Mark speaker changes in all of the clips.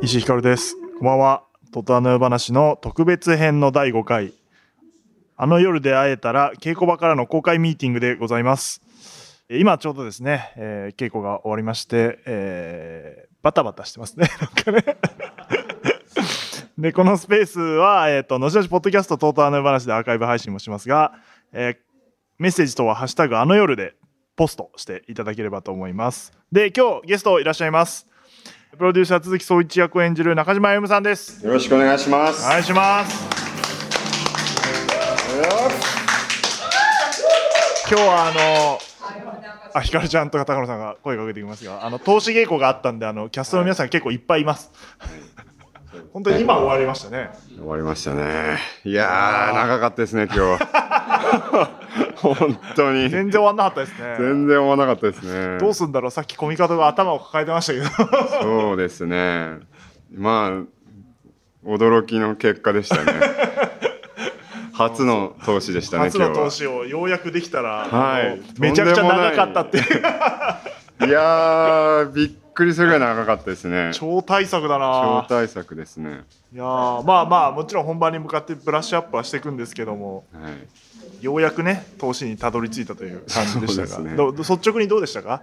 Speaker 1: 石井ひかるです。こんばんは。トトアの夜話の特別編の第5回。あの夜で会えたら稽古場からの公開ミーティングでございます。えー今ちょうどですね、えー稽古が終わりまして、えーバタバタしてますね。 なんかね。で、このスペースは、えっ、と、後々ポッドキャストトトアの夜話でアーカイブ配信もしますが、えーメッセージとはハッシュタグあの夜でポストしていただければと思います。で、今日ゲストいらっしゃいます。プロデューサー鈴木総一役を演じる中島歩夢さんです。
Speaker 2: よろしくお願いします。
Speaker 1: お願いします。今日はあのあひかるちゃんとか高野さんが声かけてきますがあの投資稽古があったんであのキャストの皆さん結構いっぱいいます。本当に今終わりましたね。
Speaker 2: 終わりましたね。いやー、長かったですね、今日。 本当に。
Speaker 1: 全
Speaker 2: 全
Speaker 1: 然終わんなかったですね。
Speaker 2: 然終わらなかったですね。
Speaker 1: どうすんだろうさっきコミカドが頭を抱えてましたけど
Speaker 2: そうですね。まあ、驚きの結果でした ね。初の投資でしたね、
Speaker 1: 初
Speaker 2: 今
Speaker 1: の
Speaker 2: 日は
Speaker 1: 投。資をようやくできたら、
Speaker 2: はい
Speaker 1: あのめちゃくちゃ長かったっていう
Speaker 2: いやー、びっくりするぐらい長かったですね。
Speaker 1: 超大作だ
Speaker 2: 超
Speaker 1: な。
Speaker 2: 大作ですね。
Speaker 1: いやーまあまあもちろん本番に向かってブラッシュアップはしていくんですけども
Speaker 2: はい。
Speaker 1: ようやくね投資にたどり着いたと いう感じでした
Speaker 2: そう
Speaker 1: が、
Speaker 2: ですね
Speaker 1: どう率直にどうでしたか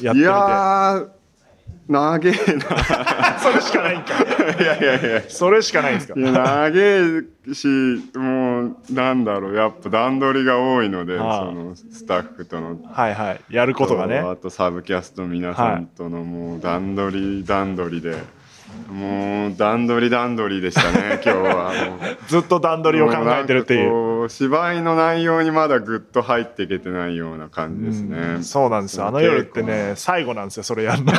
Speaker 1: やってみて
Speaker 2: いやー、長え な。
Speaker 1: それしかないんかい
Speaker 2: いやいやいや。
Speaker 1: それしかないんですか
Speaker 2: いや長いしもうなんだろうやっぱ段取りが多いので、
Speaker 1: はい
Speaker 2: そのスタッフとの
Speaker 1: はいはいやることがね
Speaker 2: あとサブキャスト皆さんとのもう段取り段取りで、もう段取り段取りでした ね今日はもう。
Speaker 1: ずっと段取りを考えてるっていう
Speaker 2: もうなんかこう芝居の内容にまだぐっと入っていけてないような感じですね、
Speaker 1: そうなんですよあの夜ってね最後なんですよそれやるの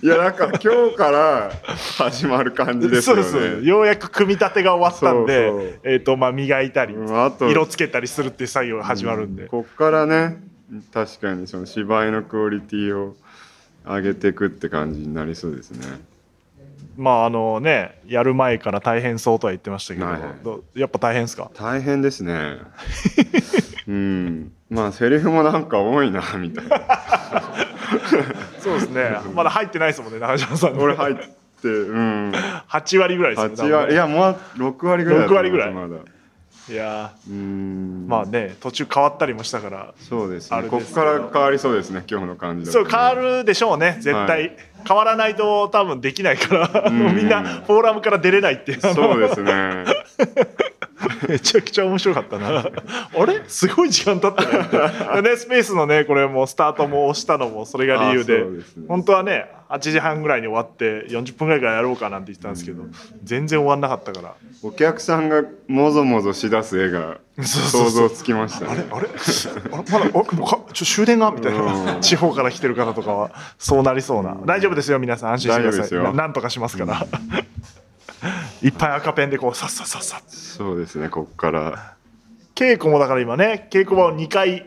Speaker 2: いやなんか今日から始まる感じ です
Speaker 1: そ
Speaker 2: よ
Speaker 1: う
Speaker 2: ね
Speaker 1: ですようやく組み立てが終わったんで
Speaker 2: そうそう
Speaker 1: えっ、とまあ磨いたり、
Speaker 2: うんあと
Speaker 1: 色つけたりするっていう作業が始まるんで、
Speaker 2: こっからね確かにその芝居のクオリティを上げていくって感じになりそうですね
Speaker 1: まああのねやる前から大変そうとは言ってましたけど、
Speaker 2: はいはい
Speaker 1: どうやっぱ大変ですか
Speaker 2: 大変で すねうんまあセリフもなんか多いなみたいな
Speaker 1: そうですね まだ入ってないですもんね中島さんね
Speaker 2: 俺入ってうん
Speaker 1: 8割ぐらいです
Speaker 2: 8割い
Speaker 1: いや
Speaker 2: やもう6割ぐらいだと思
Speaker 1: 6
Speaker 2: う
Speaker 1: 割ぐらい
Speaker 2: まだ
Speaker 1: いや
Speaker 2: うん
Speaker 1: まあね途中変わったりもしたから
Speaker 2: そうです
Speaker 1: あれ
Speaker 2: ね
Speaker 1: です
Speaker 2: こ
Speaker 1: けど
Speaker 2: っから変わりそうですね今日の感じだと
Speaker 1: そう変わ
Speaker 2: る
Speaker 1: るでしょうね絶対、
Speaker 2: はい
Speaker 1: 変わらないと多分できないから
Speaker 2: ん
Speaker 1: みんなフォーラムから出れないっていうあの
Speaker 2: そうですね
Speaker 1: めちゃくちゃ面白かったなあれすごい時間経ったねねスペースのねこれもうスタートも押したのもそれが理由
Speaker 2: あ
Speaker 1: で
Speaker 2: そうですね
Speaker 1: 本当はね8時半ぐらいに終わって40分ぐらいからやろうかなんて言ってたんですけど、全然終わんなかったから
Speaker 2: お客さんがもぞもぞしだす絵が
Speaker 1: そうそう
Speaker 2: 想
Speaker 1: そう
Speaker 2: 像つきましたね
Speaker 1: あれあれあれまだあもうかちょ終電がみたいな
Speaker 2: うん
Speaker 1: 地方から来てる方とかはそうなりそうな大丈夫ですよ皆さん安心してく
Speaker 2: 大丈夫
Speaker 1: だ
Speaker 2: です
Speaker 1: さい
Speaker 2: よ
Speaker 1: ななんとかしますから、いっぱい赤ペンでこうさっさっさっさって
Speaker 2: そうですねこっから
Speaker 1: 稽古もだから今ね稽古場を2回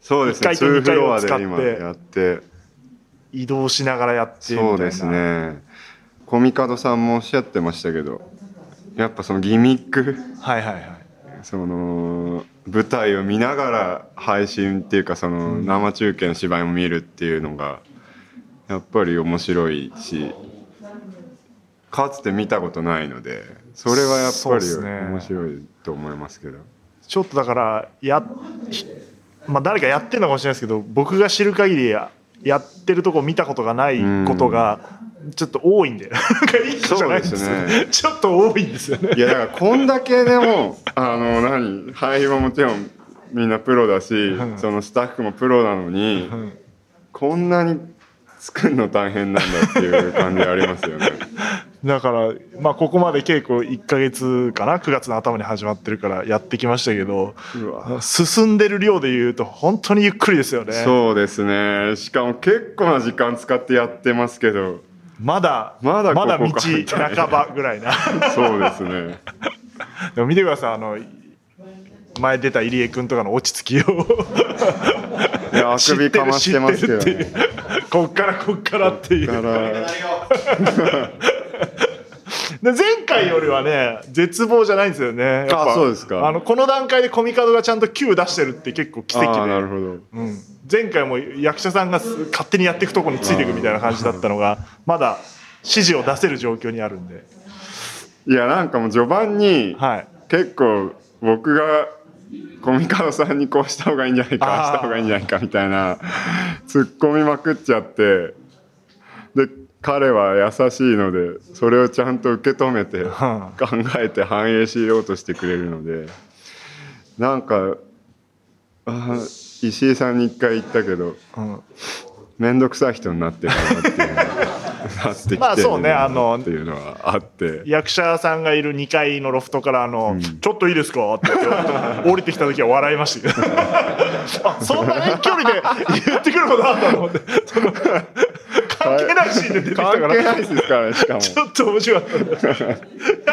Speaker 2: そうですね、
Speaker 1: 一回と
Speaker 2: 2
Speaker 1: 二
Speaker 2: フ
Speaker 1: 回
Speaker 2: ロ
Speaker 1: を
Speaker 2: ア
Speaker 1: 使
Speaker 2: で
Speaker 1: って
Speaker 2: 今やって、
Speaker 1: 移動しながらやってみたいな
Speaker 2: そうですね、コミカドさんもおっしゃってましたけど、やっぱそのギミック、
Speaker 1: はいはいはい
Speaker 2: その舞台を見ながら配信っていうか、その生中継の芝居も見るっていうのが、やっぱり面白いし、かつて見たことないので、それはやっ
Speaker 1: そう
Speaker 2: ぱ
Speaker 1: で
Speaker 2: り
Speaker 1: すね
Speaker 2: 面白いと思いますけど、
Speaker 1: ちょっとだからやまあ誰かやってるのかもしれないですけど僕が知る限りややってるとこ見たことがないことがちょっと多いんでなんか一個じゃないんですよ
Speaker 2: そう
Speaker 1: ね
Speaker 2: ですね
Speaker 1: ちょっと多いんですよね
Speaker 2: いやだからこんだけでもあの何俳優ももちろんみんなプロだし、
Speaker 1: ん
Speaker 2: そのスタッフもプロなのに、
Speaker 1: ん
Speaker 2: こんなに作るの大変なんだっていう感じありますよ ね。
Speaker 1: だから、まあ、ここまで稽古1ヶ月かな9月の頭に始まってるからやってきましたけど
Speaker 2: うわ
Speaker 1: 進んでる量でいうと本当にゆっくりですよね
Speaker 2: そうですねしかも結構な時間使ってやってますけど
Speaker 1: まだ
Speaker 2: まだここか
Speaker 1: 道半ばぐらいな
Speaker 2: そうですね
Speaker 1: でも見てくださいあの前出た入江君とかの落ち着きを
Speaker 2: いやあ
Speaker 1: 知
Speaker 2: く
Speaker 1: って
Speaker 2: び
Speaker 1: る
Speaker 2: かましてますけど
Speaker 1: 知ってるっていうこっからこっからっていう
Speaker 2: だから
Speaker 1: で前回よりはね絶望じゃないんですよねやっぱ
Speaker 2: あそうですか
Speaker 1: あのこの段階でコミカドがちゃんと Q 出してるって結構奇
Speaker 2: あ
Speaker 1: 跡
Speaker 2: ー
Speaker 1: で
Speaker 2: なるほど
Speaker 1: うん前回も役者さんがす勝手にやっていくとこについていくみたいな感じだったのがまだ指示を出せる状況にあるんで
Speaker 2: いやなんかもう序盤に
Speaker 1: はい
Speaker 2: 結構僕がコミカドさんにこうした方がいいんじゃないか
Speaker 1: あー
Speaker 2: ああした方がいいんじゃないかみたいな突っ込みまくっちゃってで彼は優しいのでそれをちゃんと受け止めて
Speaker 1: は
Speaker 2: 考えて反映しようとしてくれるのでなんかあー石井さんに一回言ったけど
Speaker 1: うん
Speaker 2: 面倒くさい人になってるなっていうなってきて る
Speaker 1: まあそうねあの
Speaker 2: っていうのはあって。
Speaker 1: 役者さんがいる2階のロフトからあの、ちょっといいですか?」って言って降りてきた時は笑いましたけ どあそんな遠距離で言ってくることあったの 思ってその関係ないシーンで出てきたか
Speaker 2: 関係
Speaker 1: ら
Speaker 2: ないですからねしか も
Speaker 1: ちょっと面白かったい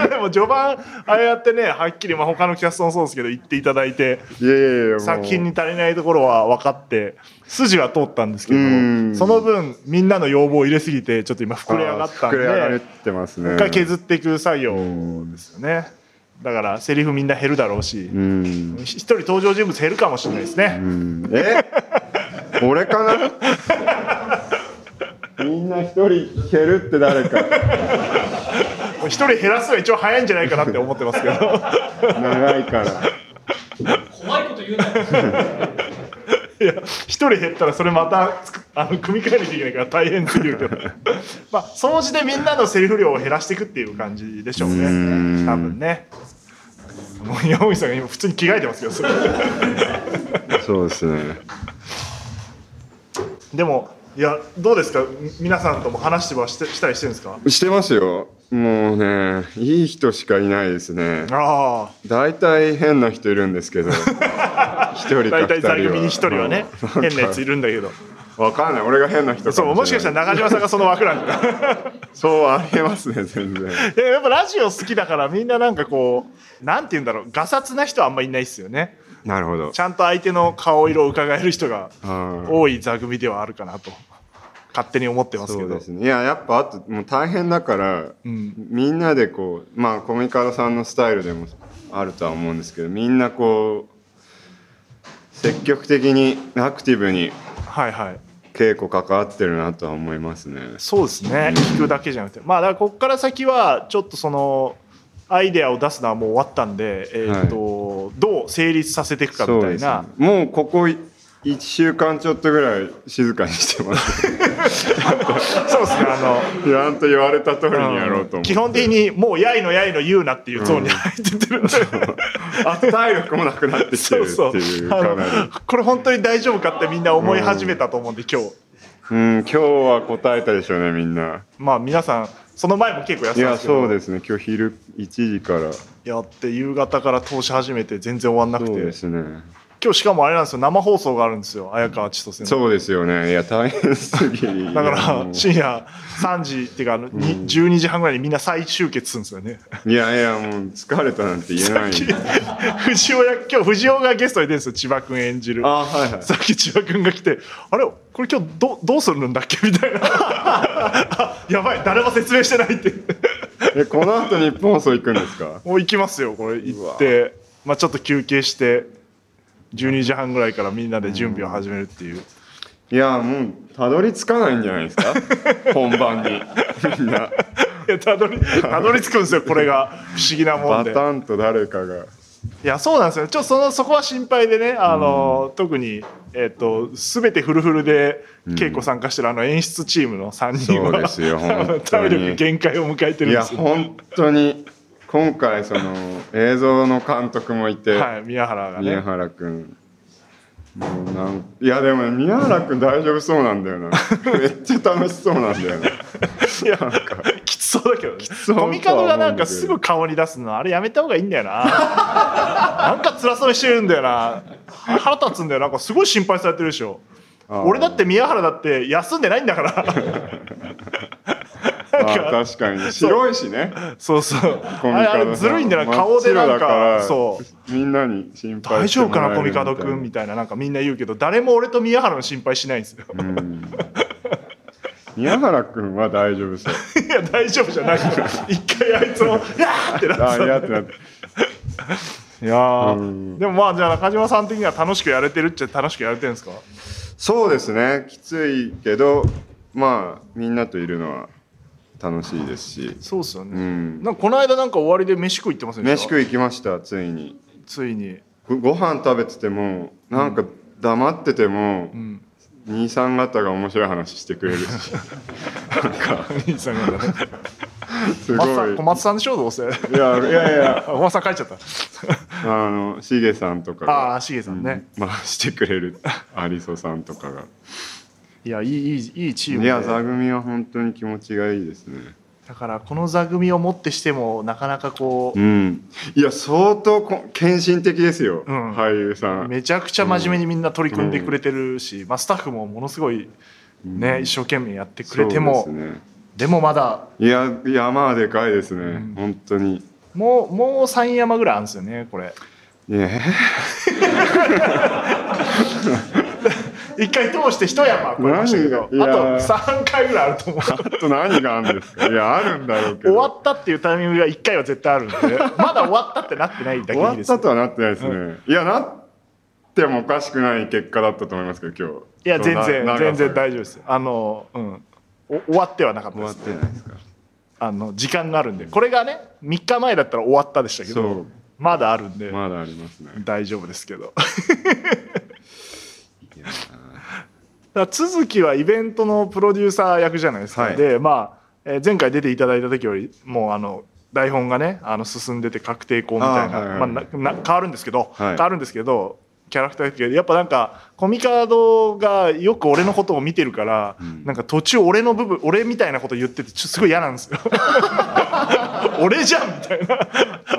Speaker 1: やでも序盤ああやってねはっきり、まあ、他のキャストもそうですけど言っていただいて
Speaker 2: いやいやいやもう
Speaker 1: 作品に足りないところは分かって筋は通ったんですけ
Speaker 2: うん
Speaker 1: どその分みんなの要望を入れすぎてちょっと今膨れ上がったんで
Speaker 2: 膨れ上がってますね
Speaker 1: 一回削っていく作業ですよねだからセリフみんな減るだろうし
Speaker 2: うん
Speaker 1: 一人登場人物減るかもしれないですね
Speaker 2: うんえ俺かなみんな一人蹴るって誰か
Speaker 1: 一人減らすのが一応早いんじゃないかなって思ってますけど
Speaker 2: 長いから
Speaker 3: 怖いこと言うなよ。
Speaker 1: いや一人減ったらそれまたつくあの組み替えなきゃいけないから大変すぎる けどまあ総じてみんなのセリフ量を減らしていくっていう感じでしょうね
Speaker 2: うん
Speaker 1: 多分ねもう山口さんが今普通に着替えてますけどそれ
Speaker 2: そうですね
Speaker 1: でもいやどうですかみ皆さんとも話してはしてしたりしてるんですか
Speaker 2: してますよもうねいい人しかいないですね
Speaker 1: ああ
Speaker 2: 大体変な人いるんですけど一人か
Speaker 1: 大
Speaker 2: 二
Speaker 1: 体
Speaker 2: 人
Speaker 1: 座
Speaker 2: は
Speaker 1: 組に一人は ね
Speaker 2: うん
Speaker 1: 変なやついるんだけど
Speaker 2: わかんない俺が変な人かもしれ
Speaker 1: そ
Speaker 2: な
Speaker 1: う
Speaker 2: い
Speaker 1: もしかしたら中島さんがその枠なんだ
Speaker 2: そうありえますね 全然
Speaker 1: いややっぱラジオ好きだからみんななんかこうなんて言うんだろうがさつな人はあんまいないですよね
Speaker 2: なるほど
Speaker 1: ちゃんと相手の顔色を伺える人が
Speaker 2: うん
Speaker 1: 多い座組ではあるかなと勝手に思ってますけ
Speaker 2: そう
Speaker 1: ど
Speaker 2: ですねいややっぱあともう大変だから、
Speaker 1: ん
Speaker 2: みんなでこうまあコミカルさんのスタイルでもあるとは思うんですけどみんなこう積極的にアクティブに
Speaker 1: はいはい
Speaker 2: 稽古関わってるなとは思いますね
Speaker 1: そうですね聞くだけじゃなくてまあだからここから先はちょっとそのアイデアを出すのはもう終わったんで、えーとどう成立させていくかみ
Speaker 2: そう
Speaker 1: た
Speaker 2: で
Speaker 1: い
Speaker 2: す
Speaker 1: な
Speaker 2: ね、もうここ1週間ちょっとぐらい静かにしてます
Speaker 1: そうです ねあの
Speaker 2: ちゃんと言われた通りにやろうと思って
Speaker 1: 基本的にもうやいのやいの言うなっていうゾーンに入ってってるんで、
Speaker 2: あと体力もなく なってきて
Speaker 1: そ
Speaker 2: る
Speaker 1: うそう
Speaker 2: っていう
Speaker 1: あ
Speaker 2: か
Speaker 1: の
Speaker 2: なり
Speaker 1: これ本当に大丈夫かってみんな思い始めたと思うんで今日
Speaker 2: うん今日は答えたでしょうねみんな
Speaker 1: まあ皆さんその前も結構やっ
Speaker 2: い
Speaker 1: てたん
Speaker 2: や
Speaker 1: ですけど
Speaker 2: そうですね今日昼1時から
Speaker 1: やって夕方から投資始めて全然終わんなく
Speaker 2: そうで
Speaker 1: て
Speaker 2: すね
Speaker 1: 今日しかもあれなんですよ生放送があるんですよ綾川千歳の
Speaker 2: そうですよねいや大変すぎる
Speaker 1: だか
Speaker 2: も
Speaker 1: ら
Speaker 2: う
Speaker 1: 深夜3時っていうかあのに12時半ぐらいにみんな再集結するんですよね
Speaker 2: いやいやもう疲れたなんて言えな い
Speaker 1: 藤尾や今日藤尾がゲストに出るんですよ千葉君演じる
Speaker 2: あはいはい
Speaker 1: さっき千葉君が来て「あれこれ今日どどうするんだっけ?」みたいな あ「やばい誰も説明してない」って
Speaker 2: えこの後日本放送行くんですか
Speaker 1: もう行きますよこれ行ってまあ、ちょっと休憩して12時半ぐらいからみんなで準備を始めるっていう、
Speaker 2: いやもうたどり着かないんじゃないですか本番にみんない
Speaker 1: やたどりたどり着くんですよこれが不思議なもん
Speaker 2: バ
Speaker 1: で
Speaker 2: タンと誰かが
Speaker 1: いやそうなんですよちょっとそのそこは心配でねあの、特に、えっと全てフルフルで稽古参加してるあの演出チームの3人は、
Speaker 2: そうです よ本当に
Speaker 1: 体力限界を迎えてる
Speaker 2: い
Speaker 1: んで
Speaker 2: や
Speaker 1: すよ
Speaker 2: 本当に今回その映像の監督もいて、
Speaker 1: はい、宮原が
Speaker 2: 宮
Speaker 1: ね。
Speaker 2: 原君もうなんいやでもね宮原君大丈夫そうなん だよなめっちゃ楽しそうなんだよな
Speaker 1: いや、 きつそうだけどね。
Speaker 2: そう
Speaker 1: コ
Speaker 2: とは思うん
Speaker 1: ミ
Speaker 2: だけ
Speaker 1: カ
Speaker 2: ど
Speaker 1: ドがなんかすぐ顔に出すの、あれやめた方がいいん だよな。なんか辛そうにしてるんだよな。腹立つんだよ。なんかすごい心配されてるでしょ。
Speaker 2: あー
Speaker 1: 俺だって宮原だって休んでないんだ から。
Speaker 2: あ確かに白いしね
Speaker 1: そうそう。
Speaker 2: コミ
Speaker 1: あれ
Speaker 2: カ
Speaker 1: あ
Speaker 2: ド
Speaker 1: れずるいんだよな。
Speaker 2: 真っ
Speaker 1: 顔でなん
Speaker 2: 白だら
Speaker 1: か、そう。
Speaker 2: みんなに心配
Speaker 1: 大
Speaker 2: して
Speaker 1: 丈
Speaker 2: も
Speaker 1: 夫から
Speaker 2: え
Speaker 1: な
Speaker 2: る
Speaker 1: コミカド 君みたいななんかみんな言うけど誰も俺と宮原の心配しないんですよ、
Speaker 2: 宮原君は大丈 夫そう
Speaker 1: いや大丈夫じゃないよ一回あいつも「やー!」ってなって
Speaker 2: あ
Speaker 1: た
Speaker 2: いやってなって
Speaker 1: いやー
Speaker 2: うん
Speaker 1: でもまあじゃあ中島さん的には楽しくやれてるっちゃ楽しくやれてるんですか
Speaker 2: そうですねきついけどまあみんなといるのは楽しいですし
Speaker 1: そうっすよね、
Speaker 2: うん
Speaker 1: なんかこの間なんか終わりで飯食い行ってませんで
Speaker 2: 飯
Speaker 1: した
Speaker 2: 食い行きましたついに
Speaker 1: つい に、
Speaker 2: ごご飯食べててもなんか黙ってても、
Speaker 1: うん、
Speaker 2: 兄さん方が面白い話してくれる しなんか
Speaker 1: 兄さんがね小
Speaker 2: すご
Speaker 1: 松さん
Speaker 2: い
Speaker 1: 小松さんでしょどうせ
Speaker 2: いやいやいや
Speaker 1: あ小松さん帰っちゃった
Speaker 2: あのしげさんとか
Speaker 1: あ
Speaker 2: が
Speaker 1: あしげさんね、
Speaker 2: まあしてく れる有磯さんとかが
Speaker 1: いやいいいいいいチーム
Speaker 2: い
Speaker 1: で
Speaker 2: や座組は本当に気持ちがいいですね
Speaker 1: だからこの座組をもってしてもなかなかこう
Speaker 2: う、んいや相当こ献身的ですよ、
Speaker 1: うん
Speaker 2: 俳優さん
Speaker 1: めちゃくちゃ真面目にみんな取り組んでくれてるし、まあ、スタッフもものすごい、ね一生懸命やってくれても
Speaker 2: そ
Speaker 1: で,、
Speaker 2: うですね
Speaker 1: もまだ
Speaker 2: いや山はでかいですね、本当に
Speaker 1: もうもう3山ぐらいあるんですよねこれ
Speaker 2: いや
Speaker 1: 一回通して一山超えましたけどあ
Speaker 2: 何がいやー
Speaker 1: と3回ぐらいあると思う
Speaker 2: あと何があるんですかいやあるんだろうけ
Speaker 1: 終
Speaker 2: ど
Speaker 1: わったっていうタイミングが1回は絶対あるん でまだ終わったってなってないだけ
Speaker 2: 終
Speaker 1: で
Speaker 2: わ
Speaker 1: いい
Speaker 2: っ
Speaker 1: です
Speaker 2: たとはなってないですね、いやなってもおかしくない結果だったと思いますけど今
Speaker 1: い
Speaker 2: 日
Speaker 1: や全
Speaker 2: その
Speaker 1: 然
Speaker 2: な
Speaker 1: 全然
Speaker 2: 長さが
Speaker 1: 大丈夫ですあのうんお終わってはなかった
Speaker 2: 終
Speaker 1: で
Speaker 2: わっ
Speaker 1: す
Speaker 2: てないですか
Speaker 1: あの時間があるんでこれがね3日前だったら終わったでしたけ
Speaker 2: そ
Speaker 1: ど
Speaker 2: う
Speaker 1: まだあるんで、
Speaker 2: まだありますね
Speaker 1: 大丈夫ですけどだ続きはイベントのプロデューサー役じゃないですか、
Speaker 2: はい
Speaker 1: でまあ、えー前回出ていただいた時よりもうあの台本がねあの進んでて確定校みたいな
Speaker 2: あーはいはい
Speaker 1: まあなな変わるんですけど、
Speaker 2: はい
Speaker 1: 変わるんですけどキャラクターだけどやっぱなんかコミカードがよく俺のことを見てるから、なんか途中俺の部分俺みたいなこと言っててちょすごい嫌なんです よ俺じゃんみたいな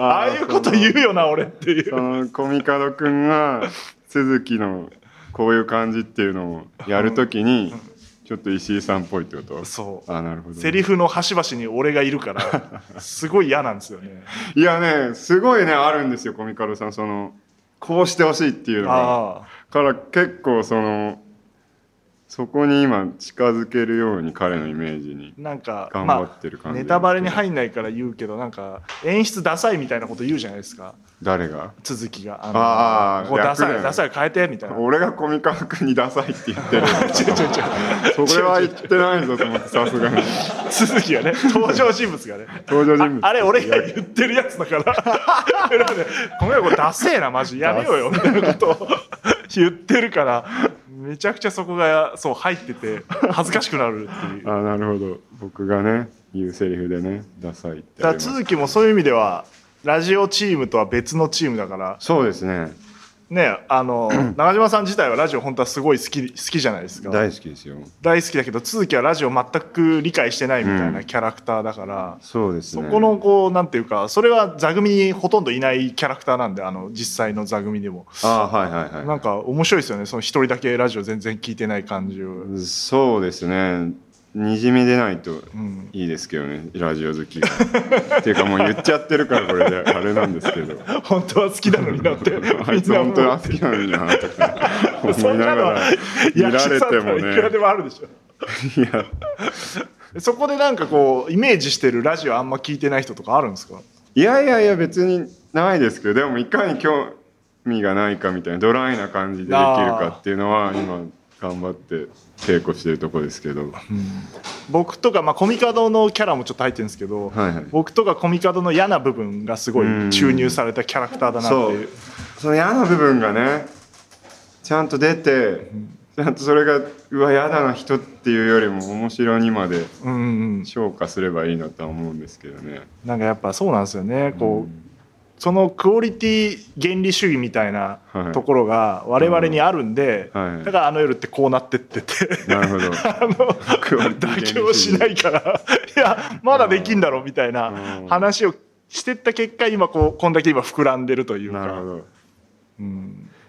Speaker 1: ああいうこと言うよな俺っていう
Speaker 2: そのコミカドくんが鈴木のこういう感じっていうのをやるときにちょっと石井さんっぽいってこと
Speaker 1: そう
Speaker 2: あなるほど
Speaker 1: セリフの端々に俺がいるから すごい嫌なんですよね
Speaker 2: いやねすごいねあるんですよコミカドさんそのこうしてほしいっていうのが
Speaker 1: あ
Speaker 2: から結構そのそこに今近づけるように彼のイメージに
Speaker 1: あなんか
Speaker 2: 頑張
Speaker 1: ま
Speaker 2: ってる
Speaker 1: あ
Speaker 2: 感じ
Speaker 1: ネタバレに入んないから言うけどなんか演出ダサいみたいなこと言うじゃないですか
Speaker 2: 誰が
Speaker 1: 続きが
Speaker 2: ああ
Speaker 1: ここダサ
Speaker 2: 役
Speaker 1: い
Speaker 2: ね
Speaker 1: ダサい変えてみたいな
Speaker 2: 俺がコミカド君にダサいって言ってる
Speaker 1: 違う違う違う
Speaker 2: それは
Speaker 1: 違う
Speaker 2: 言ってないぞと思ってさすがに
Speaker 1: 続きがね登場人物がね
Speaker 2: 登場人物
Speaker 1: ああれ俺が言ってるやつだ からでなんでごめんこれダセえなマジやめようよみたいなことを言ってるからめちゃくちゃそこがそう入ってて恥ずかしくなるっていう
Speaker 2: あなるほど僕がね言うセリフでねダサいって
Speaker 1: だから
Speaker 2: あります
Speaker 1: 都築もそういう意味ではラジオチームとは別のチームだから
Speaker 2: そうですね
Speaker 1: ねあ の中島さん自体はラジオ本当はすごい好き好きじゃないですか
Speaker 2: 大好きですよ
Speaker 1: 大好きだけど都築はラジオ全く理解してないみたいなキャラクターだから、
Speaker 2: そうです
Speaker 1: そ
Speaker 2: ね
Speaker 1: このこうなんていうかそれは座組にほとんどいないキャラクターなんであの実際の座組でも
Speaker 2: あはいはい
Speaker 1: な
Speaker 2: は
Speaker 1: んか面白いですよねその一人だけラジオ全然聞いてない感じを、
Speaker 2: いそうですねにじみ出ないと
Speaker 1: ん
Speaker 2: いいですけどね、ラジオ好きが っていうかもう言っちゃってるからこれであれなんです けど
Speaker 1: 本当は好きなのになって
Speaker 2: あいつ 本当は好きなのにな とか思いながら見られても
Speaker 1: いくら
Speaker 2: ね
Speaker 1: でもあるでしょ
Speaker 2: いや
Speaker 1: そこでなんかこうイメージしてるラジオあんま聞いてない人とかあるんですか
Speaker 2: いやいやいや別にないですけどでもいかに興味がないかみたいなドライな感じでできるかっていうのは今頑張って稽古してるとこですけど、
Speaker 1: 僕とか、まあ、コミカドのキャラもちょっと入ってるんですけど、
Speaker 2: はいはい
Speaker 1: 僕とかコミカドの嫌な部分がすごい注入されたキャラクターだなって
Speaker 2: そ
Speaker 1: いう
Speaker 2: うその嫌な部分がねちゃんと出てちゃんとそれがうわ嫌だな人っていうよりも面白にまで
Speaker 1: うんうん、
Speaker 2: 昇華すればいいなとは思うんですけどね
Speaker 1: なんかやっぱそうなんですよねこう、そのクオリティ原理主義みたいな
Speaker 2: はい
Speaker 1: ところが我々にあるんで、
Speaker 2: うんはい
Speaker 1: だからあの夜ってこうなってってて。
Speaker 2: なるほど
Speaker 1: あの
Speaker 2: クオリティ原理
Speaker 1: 妥
Speaker 2: 主義
Speaker 1: 協しないからいやまだできんだろみたいな
Speaker 2: うん
Speaker 1: 話をしてった結果今こうこんだけ今膨らんでるという
Speaker 2: なる
Speaker 1: か
Speaker 2: ほど、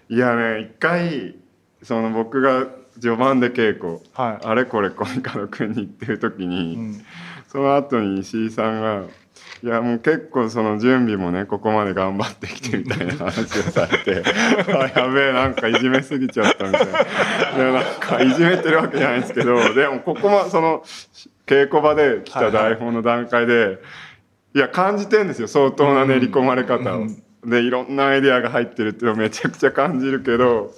Speaker 2: いやね一回その僕が序盤で稽古、
Speaker 1: はい
Speaker 2: あれこれコミカド君に言ってる時に、
Speaker 1: ん
Speaker 2: その後に石井さんが「いやもう結構その準備もねここまで頑張ってきてみたいな話をされ てあやべえなんかいじめすぎちゃったみたいないやなんかいじめてるわけじゃないんですけどでもここまその稽古場で来た台本の段階で、いや感じてんですよ相当な練り込まれ方を。でいろんなアイデアが入ってるっていうのをめちゃくちゃ感じるけど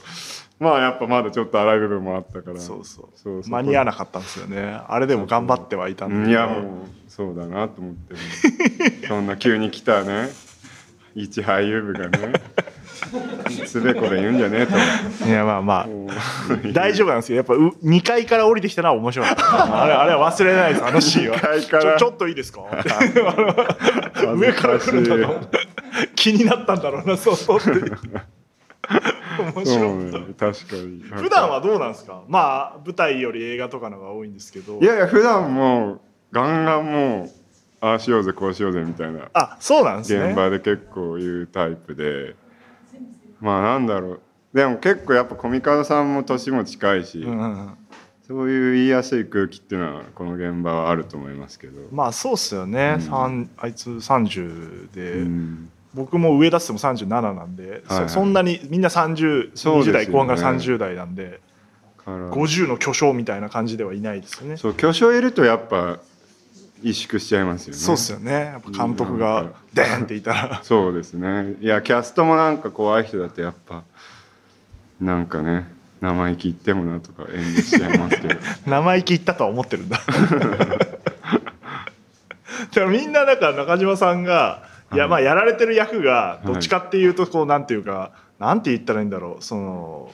Speaker 2: まあやっぱまだちょっと荒い部分もあったから
Speaker 1: そうそう
Speaker 2: そうそう
Speaker 1: 間に合わなかったんですよねあれでも頑張ってはいたんだけど
Speaker 2: いやもうそうだなと思ってるそんな急に来たね一俳優部がねつべこべ言うんじゃねえと
Speaker 1: いやまあまあ
Speaker 2: も う
Speaker 1: 大丈夫なんですよやっぱう2階から降りてきたのは面 白いあれあれは忘れないですあのシーンは
Speaker 2: 二階から
Speaker 1: ちょちょっといい ですかあの 上から来るんだろう気になったんだろうなそうそうって面
Speaker 2: そ
Speaker 1: 白い、
Speaker 2: うね確かになんか
Speaker 1: 普段はどうなんですかまあ舞台より映画とかのが多いんですけど
Speaker 2: いやいや普段もうガンガンもうああしようぜこうしようぜみたいな
Speaker 1: あそうなんですね
Speaker 2: 現場で結構言うタイプでまあなんだろうでも結構やっぱコミカドさんも年も近いし、
Speaker 1: うんうんうん
Speaker 2: そういう言いやすい空気っていうのはこの現場はあると思いますけど、
Speaker 1: まあそうっすよね、三あいつ30で、
Speaker 2: うん
Speaker 1: 僕も上出しても37なんで、
Speaker 2: はいはい
Speaker 1: そそんなにみんな30、
Speaker 2: そう
Speaker 1: 20
Speaker 2: ですよね
Speaker 1: 代後半から30代なんで
Speaker 2: から
Speaker 1: 50の巨匠みたいな感じではいないですよね。
Speaker 2: そう巨匠いるとやっぱ萎縮しちゃいますよね
Speaker 1: そうっすよねやっぱ監督
Speaker 2: うんうん
Speaker 1: がデーンっていた ら
Speaker 2: そうですねいやキャストもなんか怖い人だとやっぱなんかね生意気言ってもなとか遠慮しちゃいますけど
Speaker 1: 生意気言ったとは思ってるん だ。でもみんなだから中島さんが、い、やまあやられてる役がどっちかっていうとこうなんていうか、なんて言ったらいいんだろうその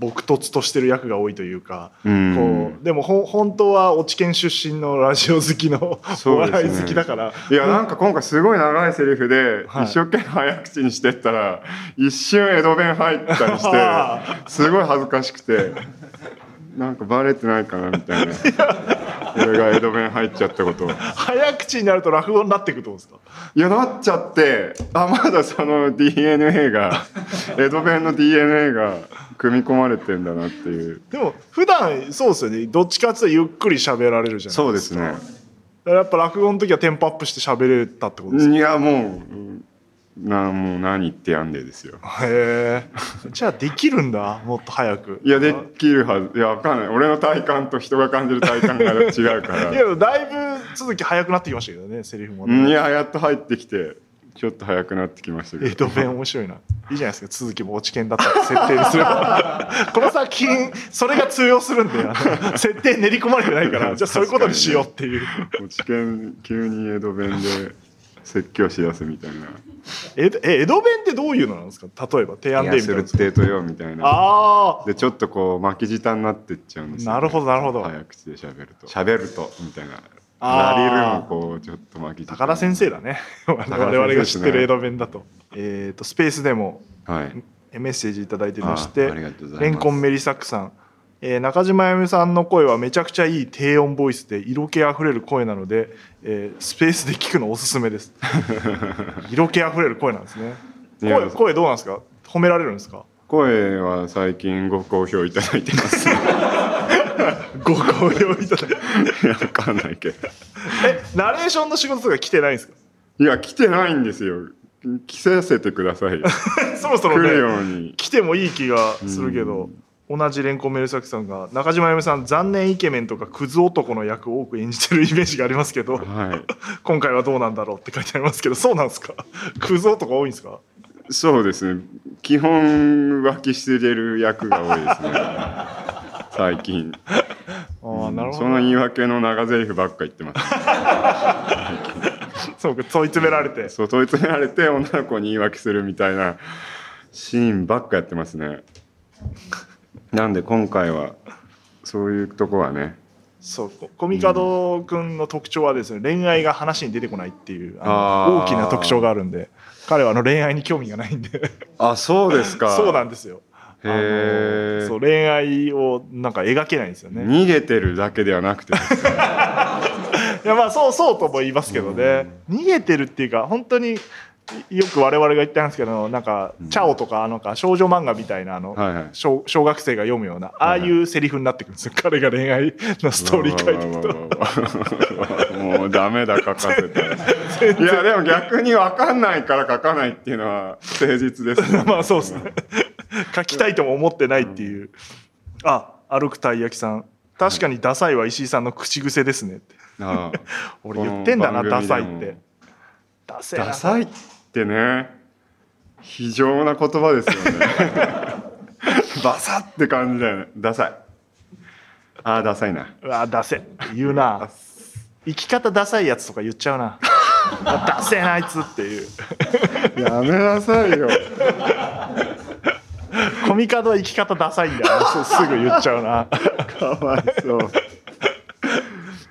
Speaker 1: 僕とつとしてる役が多いというか。
Speaker 2: うん
Speaker 1: こうでもほん本当は落研出身のラジオ好きの、 お
Speaker 2: そうです
Speaker 1: 笑
Speaker 2: ね
Speaker 1: い好きだから
Speaker 2: いやなんか今回すごい長いセリフで
Speaker 1: はい
Speaker 2: 一生懸命早口にしてったら一瞬江戸弁入った りして
Speaker 1: あ
Speaker 2: すごい恥ずかしくてなんかバレてないかなみたいな俺が江戸弁入っちゃったこと
Speaker 1: 早口になると落語になっていくと思うんですか
Speaker 2: いやなっちゃってあまだその DNA が江戸弁の DNA が組み込まれてんだなっていう
Speaker 1: でも普段そうですよねどっちかっていうとゆっくり喋られるじゃないですか
Speaker 2: そうですね
Speaker 1: だからやっぱ落語の時はテンポアップして喋れたってことですか
Speaker 2: いやもううんなもう何言ってやんでですよ
Speaker 1: へえじゃあできるんだもっと早く
Speaker 2: いやで
Speaker 1: い
Speaker 2: きるはずいやわかんない俺の体感と人が感じる体感が違うから
Speaker 1: やだいぶ続き早くなってきましたけどねセリフも
Speaker 2: うんい
Speaker 1: ね
Speaker 2: ややっと入ってきてちょっと早くなってきましたけ
Speaker 1: 江
Speaker 2: ど
Speaker 1: 戸弁面白いないいじゃないですか続きも落ち研だったって設定にすれば この作品それが通用するんであの設定練り込まれてないからじゃあそういうことにしようっていう
Speaker 2: もう知見急に江戸弁で説教しだすみたいな
Speaker 1: 江戸え江戸弁ってどういうのなんですか例えば提
Speaker 2: 「い
Speaker 1: 案で
Speaker 2: や
Speaker 1: み
Speaker 2: す
Speaker 1: たい
Speaker 2: る
Speaker 1: な
Speaker 2: ってとよ」みたいな
Speaker 1: あ
Speaker 2: でちょっとこう巻き舌になってっちゃうんですよ、
Speaker 1: なるほどなるほど
Speaker 2: 早口で喋ると喋るとみたいな
Speaker 1: あー
Speaker 2: ラリルもこうちょっと巻き舌
Speaker 1: あ高田先生だね我々が知ってる江戸弁だと,、えー、とスペースでも
Speaker 2: はい
Speaker 1: えメッセージ頂いただいてまして
Speaker 2: あありがとうございます
Speaker 1: レンコンメリサクさん、えー中島あゆみさんの声はめちゃくちゃいい低音ボイスで色気あふれる声なので、えースペースで聞くのおすすめ です色気あふれる声なんですね
Speaker 2: いや
Speaker 1: 声声どうなんですか褒められるんですか
Speaker 2: 声は最近ご好評いただいてま すい
Speaker 1: ご好評いただいて
Speaker 2: やわかんないけど
Speaker 1: えナレーションの仕事とか来てないんですか
Speaker 2: いや来てないんですよ着せせてくださいよ
Speaker 1: そろそろ
Speaker 2: 来
Speaker 1: ね
Speaker 2: るように
Speaker 1: 来てもいい気がするけど、同じレンコンメルサキさんが中島あゆみさん残念イケメンとかクズ男の役を多く演じてるイメージがありますけど
Speaker 2: は
Speaker 1: 今回はどうなんだろうって書いてありますけどそうなんですかクズ男多いんですか
Speaker 2: いそうですね基本浮気してる役が多い ですね最近
Speaker 1: ああなるほ
Speaker 2: そ
Speaker 1: ど
Speaker 2: の言い訳の長台詞ばっか言ってます
Speaker 1: そうか問い詰められて
Speaker 2: そう問い詰められて女の子に言い訳するみたいなシーンばっかやってますねなんで今回はそういうとこはね
Speaker 1: そうココミカドくんの特徴はですね恋愛が話に出てこないっていうあの
Speaker 2: あ
Speaker 1: 大
Speaker 2: ー
Speaker 1: きな特徴があるんで彼はあの恋愛に興味がないんで
Speaker 2: あそうですか
Speaker 1: そうなんですよあの
Speaker 2: へー
Speaker 1: そう恋愛をなんか描けないんですよね
Speaker 2: 逃げてるだけではなくて
Speaker 1: いやまあそうそうとも言いますけどね、逃げてるっていうか本当によく我々が言ってたんですけどなんか「チャオ」とかなんか少女漫画みたいなあの、
Speaker 2: はいはい
Speaker 1: 小小学生が読むようなああいうセリフになってくるんですよ、 彼が恋愛のストーリー書いていくと。
Speaker 2: もうダメだ書かせていやでも逆に分かんないから書かないっていうのは誠実です ね
Speaker 1: まあそうですね。 書きたいとも思ってないっていう。あ、歩くたい焼きさん。確かにダサいは石井さんの口癖ですねって。
Speaker 2: ああ
Speaker 1: 俺言ってんだな、
Speaker 2: この番
Speaker 1: ダ
Speaker 2: 組
Speaker 1: サいっ
Speaker 2: で
Speaker 1: て
Speaker 2: も。
Speaker 1: ダセえな
Speaker 2: ダサいってね非常な言葉です よねバサって感じだよねダサいああダサいな
Speaker 1: うわ、ダセ。言うな。生き方ダサいやつとか言っちゃうな。 あダセえな、あいつっていう。
Speaker 2: やめなさいよ
Speaker 1: コミカドは生き方ダサいんだよ。すすぐ言っちゃうな。
Speaker 2: かわいそう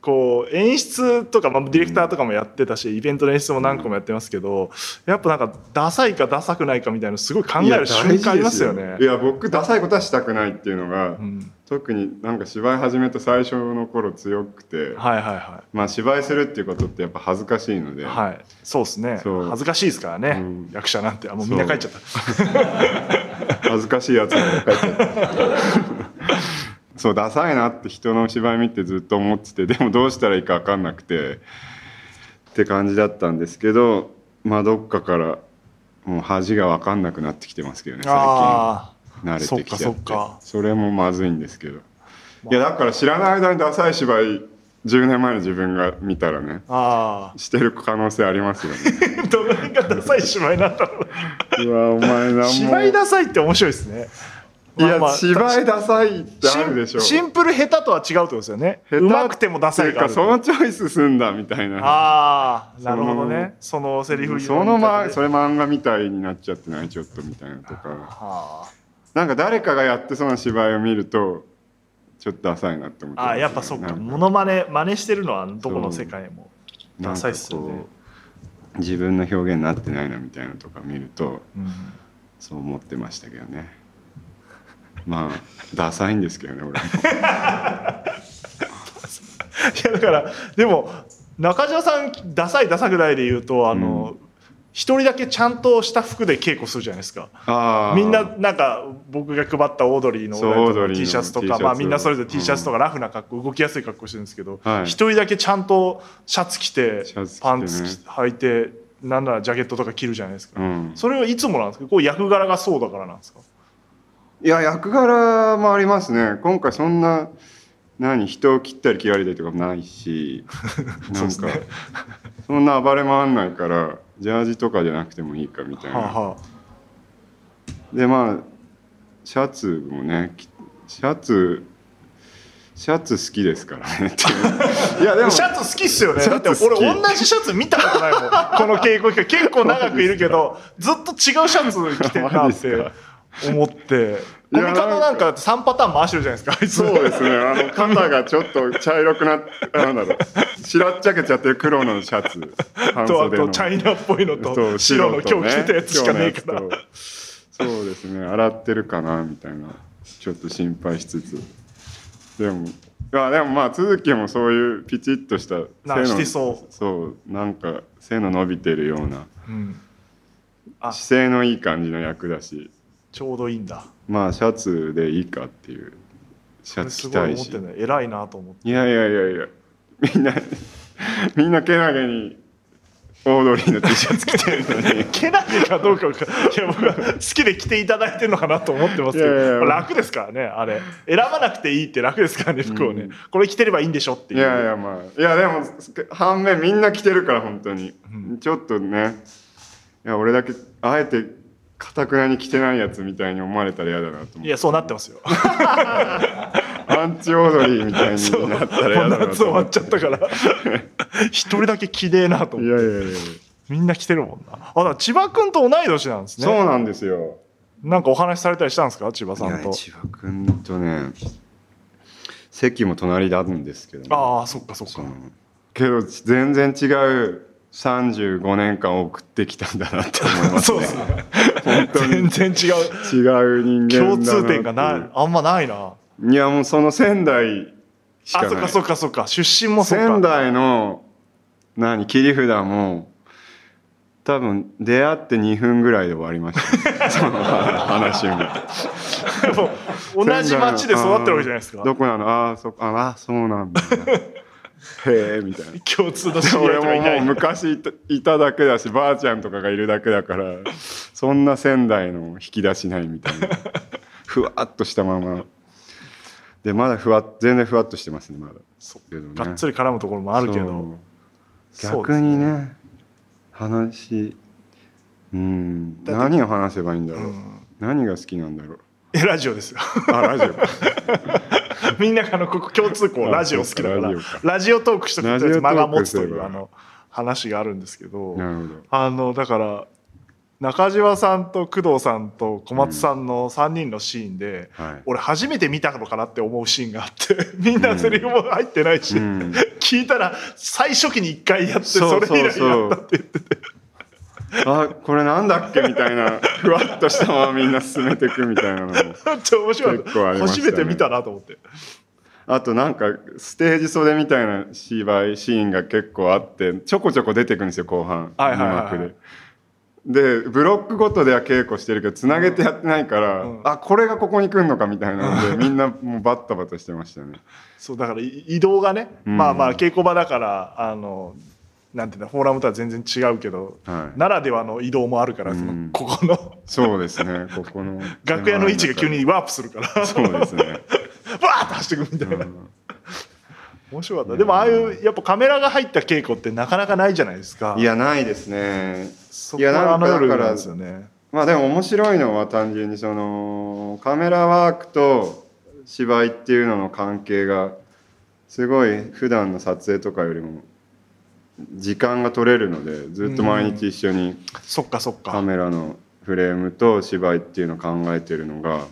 Speaker 1: こう演出とか、まあ、ディレクターとかもやってたしイベントの演出も何個もやってますけどやっぱなんかダサいかダサくないかみたいなのすごい考える瞬間ありますよね
Speaker 2: い。や僕ダサいことはしたくないっていうのが、
Speaker 1: ん
Speaker 2: 特になんか芝居始めた最初の頃強くて、
Speaker 1: はいはいは
Speaker 2: まあ芝居するっていうことってやっぱ恥ずかしいので、
Speaker 1: い。はい、そうですね
Speaker 2: そう
Speaker 1: 恥ずかしいですからね、
Speaker 2: うん
Speaker 1: 役者なんてあもうみんな書いちゃった
Speaker 2: 恥ずかしいやつが書いてある そうダサいなって人の芝居見てずっと思っててでもどうしたらいいか分かんなくてって感じだったんですけどまあどっかからもう恥が分かんなくなってきてますけどね最近。
Speaker 1: あ
Speaker 2: 慣れてきちゃ
Speaker 1: そ
Speaker 2: っ
Speaker 1: ってかそっか
Speaker 2: それもまずいんですけど、いやだから知らない間にダサい芝居10年前の自分が見たらね
Speaker 1: ーあ
Speaker 2: してる可能性あります よね
Speaker 1: ーどの辺がダサい芝居なんだろう
Speaker 2: うわお前なんも
Speaker 1: 芝居ダサいって面白いですね
Speaker 2: いや、
Speaker 1: まあまあ
Speaker 2: 芝居ダサいってあるでしょ
Speaker 1: シンシンプル下手とは違うってことですよね
Speaker 2: 下手
Speaker 1: うまくてもダサいがあ
Speaker 2: か
Speaker 1: る
Speaker 2: そのチョイスすんだみたいな
Speaker 1: ああなるほどねそのセリフ
Speaker 2: そのまそ
Speaker 1: れ
Speaker 2: れ漫画みたいになっちゃってないちょっとみたいなとか
Speaker 1: あー
Speaker 2: なんか誰かがやってそうな芝居を見るとちょっとダサいなって思ってます
Speaker 1: あーやっぱそっ
Speaker 2: な
Speaker 1: か
Speaker 2: ん
Speaker 1: モノマネ真似してるのはどこの世界もダサいっすよ
Speaker 2: なん
Speaker 1: ね
Speaker 2: かこう自分の表現になってないなみたいなのとか見ると
Speaker 1: うん
Speaker 2: そう思ってましたけどねまあダサいんですけどね俺も
Speaker 1: いやだからでも中島さんダサいダサくないで言うとあの一、人だけちゃんとした服で稽古するじゃないですか
Speaker 2: あー
Speaker 1: みんななんか僕が配ったオードリーの
Speaker 2: そう
Speaker 1: オー
Speaker 2: オード
Speaker 1: ド
Speaker 2: リ
Speaker 1: リーの
Speaker 2: ーの
Speaker 1: T シャツと
Speaker 2: T シャ
Speaker 1: か、
Speaker 2: ツ
Speaker 1: まあ、みんなそれぞれ
Speaker 2: うん
Speaker 1: T シャツとかラフな格好、動きやすい格好してるんですけど一、
Speaker 2: はい
Speaker 1: 人だけちゃんとシャツ着て
Speaker 2: シャツ着てね
Speaker 1: パンツ着履いてなんならジャケットとか着るじゃないですか、
Speaker 2: うん
Speaker 1: それはいつもなんですかこう役柄がそうだからなんですか
Speaker 2: いや役柄もありますね今回そんな何人を切ったり切られたりとかもな いし
Speaker 1: そう
Speaker 2: なん
Speaker 1: です
Speaker 2: か、
Speaker 1: ね
Speaker 2: そんな暴れ回んないからジャージとかじゃなくてもいいかみたいな、
Speaker 1: はあ、は
Speaker 2: でまあシャツもねきシャツシャツ好きですからねって いういやで
Speaker 1: あ、
Speaker 2: も
Speaker 1: シャツ好きっすよね
Speaker 2: シ
Speaker 1: だ
Speaker 2: ャ
Speaker 1: っ
Speaker 2: ツ
Speaker 1: て
Speaker 2: 好き
Speaker 1: 俺同じシャツ見たことないもんこの稽古期間結構長くいるけどずっと違うシャツ着てんな
Speaker 2: マ
Speaker 1: っ
Speaker 2: ジです
Speaker 1: て
Speaker 2: か
Speaker 1: 思っ てコミカドなんか3パターン回してるじゃないですかあいつ
Speaker 2: そうですねあの肩がちょっと茶色くなっなんだろうしらっちゃけちゃってる黒のシャツ半
Speaker 1: とあ
Speaker 2: 袖
Speaker 1: と
Speaker 2: の
Speaker 1: チャイナっぽいの
Speaker 2: そう
Speaker 1: と白の
Speaker 2: 白と
Speaker 1: 今
Speaker 2: ね
Speaker 1: 日着てたやつしかねえから
Speaker 2: 今日のやつとそうですね洗ってるかなみたいなちょっと心配しつつでもあでもまあ都築もそういうピチッとした
Speaker 1: な
Speaker 2: 背の
Speaker 1: してそう
Speaker 2: そうなんか背の伸びてるような
Speaker 1: うんあ
Speaker 2: 姿勢のいい感じの役だし
Speaker 1: ちょうどいいんだ
Speaker 2: まあシャツでいいかっていうシ
Speaker 1: こ
Speaker 2: ャ
Speaker 1: れ
Speaker 2: ツ
Speaker 1: す
Speaker 2: 着
Speaker 1: ご
Speaker 2: た
Speaker 1: い
Speaker 2: い
Speaker 1: 思っ
Speaker 2: して
Speaker 1: ね偉いなと思って
Speaker 2: いやいやいやいやみんなみんなけなげにオードリーの T シャツ着てるのに。
Speaker 1: けなげかどうかわかんないや僕は好きで着ていただいてるのかなと思ってますけど
Speaker 2: いやいやいや
Speaker 1: 楽ですからねあれ選ばなくていいって楽ですからね服をね、これ着てればいいんでしょっていう
Speaker 2: いやいやまあいやでも反面みんな着てるから本当に、ちょっとねいや俺だけあえてかたくなに着てないやつみたいに思われたら嫌だなと思
Speaker 1: いうやそうなってますよ
Speaker 2: アンチオードリーみたいになったら
Speaker 1: も
Speaker 2: 嫌
Speaker 1: う
Speaker 2: だな
Speaker 1: 夏終
Speaker 2: と思
Speaker 1: わ
Speaker 2: っ
Speaker 1: っちゃったから一人だけ着ねえなと
Speaker 2: て
Speaker 1: 思
Speaker 2: い
Speaker 1: って
Speaker 2: やいやいやいや、
Speaker 1: みんな着てるもんなあだから千葉君と同い年なんです
Speaker 2: そう
Speaker 1: ね
Speaker 2: なんですよ
Speaker 1: なんかお話しされたりしたんですか千葉
Speaker 2: い
Speaker 1: さ
Speaker 2: や
Speaker 1: んと
Speaker 2: 千葉君とね席も隣なんですけどね、
Speaker 1: ああそっかそっ
Speaker 2: そ
Speaker 1: か
Speaker 2: のけど全然違う35年間送ってきたんだなって思います
Speaker 1: そうで
Speaker 2: ね
Speaker 1: すね
Speaker 2: 本当に
Speaker 1: 全然違う
Speaker 2: 違う人間だな
Speaker 1: 共通点が
Speaker 2: ってう
Speaker 1: ないあんまないなあ
Speaker 2: いやもうその仙台しかない
Speaker 1: そっかそっかそっか出身もそっ
Speaker 2: 仙
Speaker 1: か
Speaker 2: 台の何切り札も多分出会って2分ぐらいで終わりまし た、ね、その話も
Speaker 1: 同じ町で育ってるわけじゃないです
Speaker 2: ど
Speaker 1: か。
Speaker 2: こなのああそああそうな んだへえみたいな
Speaker 1: 共通の知り合い
Speaker 2: 俺
Speaker 1: とかい
Speaker 2: も
Speaker 1: な
Speaker 2: もう
Speaker 1: い。
Speaker 2: 昔いたいただけだしばあちゃんとかがいるだけだからそんな仙台の引き出しないみ たいなふわっとしたままでまだふわっ全然ふわっとしてますねまだ
Speaker 1: そ
Speaker 2: けどね
Speaker 1: がっつり絡むところもあるけど。
Speaker 2: そう
Speaker 1: そうで
Speaker 2: 逆
Speaker 1: す
Speaker 2: にね話うん
Speaker 1: だって
Speaker 2: 何を話せばいいんだろう、
Speaker 1: うん
Speaker 2: 何が好きなんだろう
Speaker 1: えラジオですよ。
Speaker 2: あラジオか
Speaker 1: みんながあのここ共通項
Speaker 2: あ
Speaker 1: ラジオ好きだから
Speaker 2: そうかラ
Speaker 1: ラ
Speaker 2: ジオ
Speaker 1: ジ
Speaker 2: か
Speaker 1: オトークしとくと
Speaker 2: ラジオトークすれ
Speaker 1: う
Speaker 2: ば
Speaker 1: あの話があるんですけど、
Speaker 2: なるほど
Speaker 1: あのだから中島さんと工藤さんと小松さんの3人のシーンで、
Speaker 2: はい
Speaker 1: 俺初めて見たのかなって思うシーンがあって みんなセリフも入ってないし、
Speaker 2: うん
Speaker 1: 聞いたら最初期に1回やって
Speaker 2: そ
Speaker 1: そうれ以来やったって言って
Speaker 2: あこれなんだっけみたいなふわっとしたままみんな進めていくみたいなのも
Speaker 1: めっちゃ面白い、
Speaker 2: 結構ありました
Speaker 1: 初
Speaker 2: ね
Speaker 1: めて見たなと思って
Speaker 2: あとなんかステージ袖みたいな芝居シーンが結構あってちょこちょこ出てくるんですよ後半
Speaker 1: はいはいはいはい
Speaker 2: 二幕で。でブロックごとでは稽古してるけどつなげてやってないから、
Speaker 1: うん
Speaker 2: あこれがここに来るのかみたいなのでみんなもうバッタバタしてましたね。
Speaker 1: そうだからい移動がね、
Speaker 2: うん
Speaker 1: まあまあ稽古場だからあのなんていうんだフォーラムとは全然違うけど、
Speaker 2: はい
Speaker 1: ならではの移動もあるから、
Speaker 2: うん
Speaker 1: そのここの
Speaker 2: そうです ねここの
Speaker 1: 楽屋の位置が急にワープするからわ
Speaker 2: そうですね。
Speaker 1: ーッと走ってくみたいな、面白かったでもああいうやっぱカメラが入った稽古ってなかなかないじゃないですか
Speaker 2: いやないですね。
Speaker 1: そ
Speaker 2: い
Speaker 1: こ
Speaker 2: や
Speaker 1: が
Speaker 2: な
Speaker 1: あ
Speaker 2: ん
Speaker 1: の
Speaker 2: かだ
Speaker 1: 夜
Speaker 2: か
Speaker 1: なん
Speaker 2: ら
Speaker 1: ですよね
Speaker 2: まあでも面白いのは単純にそのカメラワークと芝居っていうのの関係がすごい普段の撮影とかよりも時間が取れるのでずっと毎日一緒に
Speaker 1: そっかそっ
Speaker 2: カ
Speaker 1: か
Speaker 2: メラのフレームと芝居っていうのを考えてるのが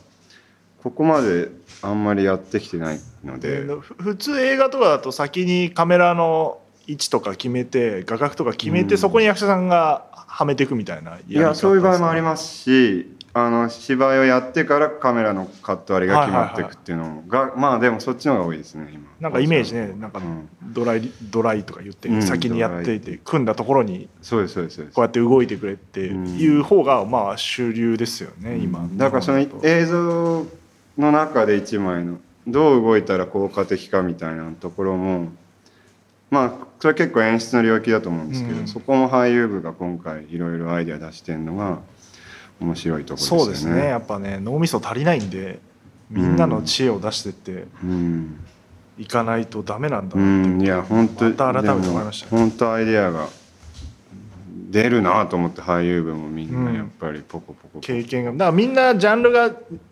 Speaker 2: ここまであんまりやってきてないので
Speaker 1: ふ普通映画とかだと先にカメラの位置とか決めて画角とか決めて、
Speaker 2: うん
Speaker 1: そこに役者さんがはめていくみたいない
Speaker 2: いやそういう場合もあり
Speaker 1: ます
Speaker 2: ますしあの芝居をやってからカメラのカット割りが決まっていくっていうのが、まあでもそっちの方が多いですね今
Speaker 1: なんかイメージねなんか
Speaker 2: うん
Speaker 1: ドライ、ドライとか言って、
Speaker 2: うん
Speaker 1: 先にやっていて組んだところに
Speaker 2: そうですそうですそうです
Speaker 1: こうやって動いてくれって
Speaker 2: うん
Speaker 1: いう方がまあ主流ですよね、今
Speaker 2: だからその
Speaker 1: 日本だと
Speaker 2: 映像の中で一枚のどう動いたら効果的かみたいなところもまあそれ結構演出の領域だと思うんですけど、
Speaker 1: うん
Speaker 2: そこも俳優部が今回いろいろアイデア出してるのが面白いところですよね。
Speaker 1: そうですねやっぱね脳みそ足りないんでみんなの知恵を出してって
Speaker 2: うん
Speaker 1: いかないとダメなんだ
Speaker 2: う
Speaker 1: な、
Speaker 2: ん、いや本当
Speaker 1: また改めて
Speaker 2: でも
Speaker 1: 思いましたね
Speaker 2: 本当アイデアが出るなと思って俳優部もみんなやっぱりポコポコ、
Speaker 1: 経験がだからみんなジャンルが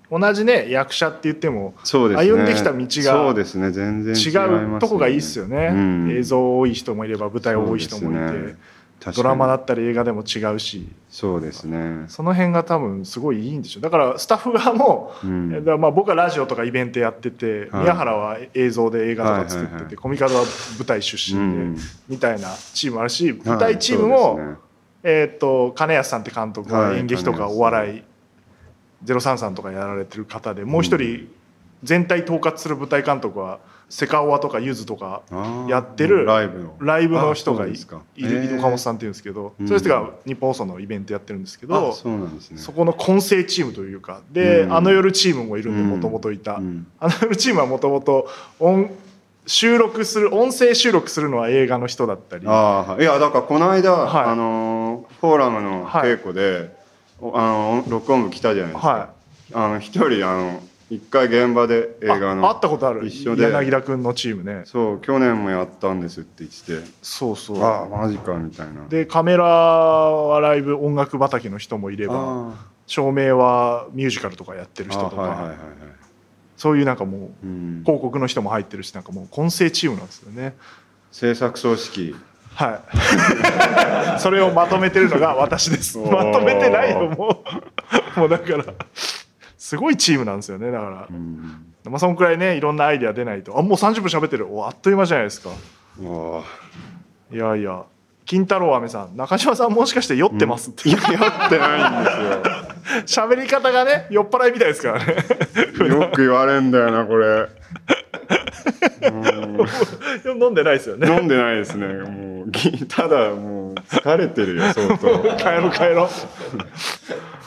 Speaker 1: 同じね役者って言っても
Speaker 2: そうですね
Speaker 1: 歩んできた道が
Speaker 2: そうですね全然
Speaker 1: 違
Speaker 2: 違いますね
Speaker 1: うとこがいいっすよね、
Speaker 2: うん
Speaker 1: 映像多い人もいれば舞台多い人もい
Speaker 2: そう
Speaker 1: て、
Speaker 2: ですね確かに
Speaker 1: ドラマだったり映画でも違うし
Speaker 2: そうですね
Speaker 1: その辺が多分すごいいいんでしょうだからスタッフ側も、
Speaker 2: うん
Speaker 1: だからまあ僕はラジオとかイベントやってて、
Speaker 2: はい
Speaker 1: 宮原は映像で映画とか作ってて、
Speaker 2: はいはいはい
Speaker 1: コミカルは舞台出身で、
Speaker 2: うん
Speaker 1: みたいなチームもあるし舞台チームも、
Speaker 2: はいそうですね
Speaker 1: えー、と金安さんって監督は
Speaker 2: はい
Speaker 1: 演劇とかお笑い03さんとかやられてる方でもう一人全体統括する舞台監督はセカオワとかゆずとか
Speaker 2: あー
Speaker 1: やってる
Speaker 2: ライブの
Speaker 1: ライブの人が
Speaker 2: あそう
Speaker 1: い
Speaker 2: ですか
Speaker 1: いる
Speaker 2: へー
Speaker 1: 岡本さんっていうんですけど
Speaker 2: うん
Speaker 1: それ人が日本放送のイベントやってるんですけ
Speaker 2: あ
Speaker 1: ど
Speaker 2: そうなんですね
Speaker 1: そこの混成チームというかで
Speaker 2: うん
Speaker 1: あの夜チームもいるんで
Speaker 2: うん
Speaker 1: もともといた
Speaker 2: うん
Speaker 1: あの夜チームはもともと収録する音声収録するのは映画の人だったり
Speaker 2: ああいやだからこの間、
Speaker 1: はい
Speaker 2: あのーフォーラムの稽古で、おあの録音部来たじゃないですか、
Speaker 1: は
Speaker 2: あの一人あの一回現場で映
Speaker 1: い
Speaker 2: 画の
Speaker 1: あ会ったことある
Speaker 2: 一緒で
Speaker 1: 柳田君のチームね
Speaker 2: そう去年もやったんですって言ってて
Speaker 1: そうそう
Speaker 2: ああマジかみたいな
Speaker 1: でカメラはライブ音楽畑の人もいれば
Speaker 2: あ
Speaker 1: 照明はミュージカルとかやってる
Speaker 2: ー
Speaker 1: 人と
Speaker 2: あー
Speaker 1: か、
Speaker 2: はいはいはいはい
Speaker 1: そういうなんかも
Speaker 2: う
Speaker 1: うん広告の人も入ってるしなんかもう混成チームなんですよね
Speaker 2: 制作組織
Speaker 1: はい それをまとめてるのが私です
Speaker 2: おー
Speaker 1: まとめてないよもう もうだからすごいチームなんですよねだから
Speaker 2: う、ん
Speaker 1: まあそんくらいねいろんなアイディア出ないとあもう30分喋ってるおあっという間じゃないですか
Speaker 2: うわ
Speaker 1: いやいや金太郎飴さん中島さんもしかして酔ってますって、
Speaker 2: ーいややってないんです よ
Speaker 1: 喋り方がね酔っ払いみたいですからね
Speaker 2: よく言われんだよなこれ
Speaker 1: 飲んでないですよね。
Speaker 2: 飲んでないですねもうぎただもう疲れてるよ相当
Speaker 1: 帰ろう帰 ろう。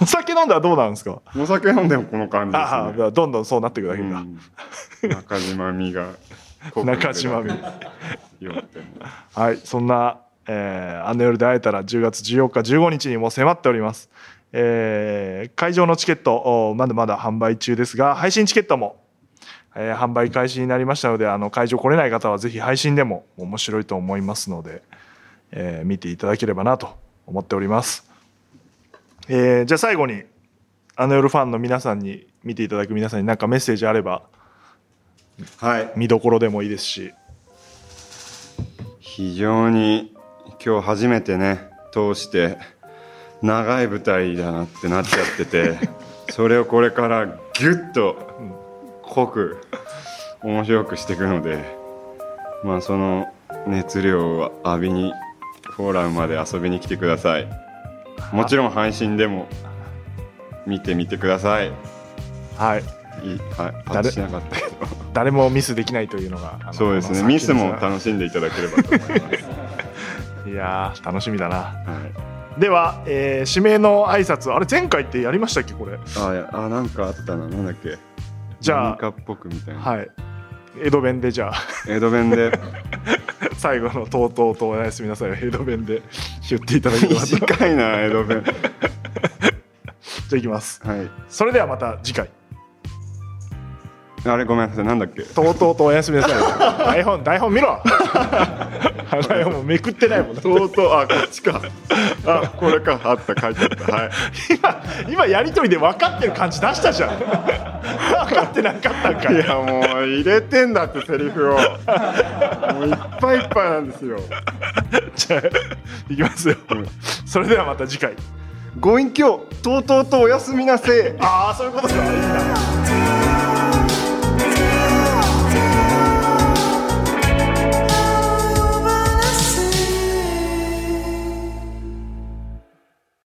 Speaker 1: お酒飲んだらどうなるんですか。
Speaker 2: お酒飲んでもこの感じ
Speaker 1: ああ、
Speaker 2: です
Speaker 1: じ
Speaker 2: ね
Speaker 1: ゃあどんどんそうなっていくだけか。
Speaker 2: うん中島美が
Speaker 1: 中島美
Speaker 2: 酔っても
Speaker 1: はい、そんな、えーあの夜で会えたら10月14日、15日にもう迫っております。えー会場のチケット、おまだまだ販売中ですが、配信チケットも、えー販売開始になりましたので、あの会場来れない方はぜひ配信でも面白いと思いますので、えー見ていただければなと思っております。えーじゃあ最後に、あの夜ファンの皆さんに、見ていただく皆さんに何かメッセージあれば、
Speaker 2: はい
Speaker 1: 見どころでもいいですし、
Speaker 2: 非常に今日初めてね通して長い舞台だなってなっちゃっ ててそれをこれからギュッと濃く面白くしていくのでまあその熱量を浴びにフォーラムまで遊びに来てくださいもちろん配信でも見てみてくださいい
Speaker 1: はい、
Speaker 2: はいパ
Speaker 1: 誰
Speaker 2: ッしなかったけど
Speaker 1: 誰もミスできないというのが、あの
Speaker 2: そうですね
Speaker 1: この
Speaker 2: ミ
Speaker 1: 作
Speaker 2: ス
Speaker 1: 品
Speaker 2: も
Speaker 1: ですが
Speaker 2: 楽しんでいただければと思い ます、
Speaker 1: いやー楽しみだな
Speaker 2: はい
Speaker 1: では、えー、指名の挨拶あれ前回ってやりましたっけこれ
Speaker 2: あいやあなんかあったななんだっけ
Speaker 1: じゃあ
Speaker 2: 何かっぽくみたいな、
Speaker 1: はい江戸弁でじゃあ
Speaker 2: 江戸弁で
Speaker 1: 最後の「とうとうとおやすみなさい」を江戸弁で言っていただければとじゃ
Speaker 2: 短いな江戸弁
Speaker 1: あいきます
Speaker 2: はい
Speaker 1: それではまた次回
Speaker 2: あれごめんなさいなんだっ
Speaker 1: 「
Speaker 2: け
Speaker 1: とうとうとおやすみな さい」台本台本見ろ 台本もめくってないもん
Speaker 2: とうとうあこっち かあこれかあった書いてあったはい
Speaker 1: 今今やりとりで分かってる感じ出したじゃん 分かってなかったんか
Speaker 2: い
Speaker 1: い
Speaker 2: やもう入れてんだってセリ フをもういっぱいいっぱいなんですよ
Speaker 1: じゃあいきますよ、それではまた次回
Speaker 2: ご隠居とうとうとおやすみなせえ
Speaker 1: ああそういうことかいいな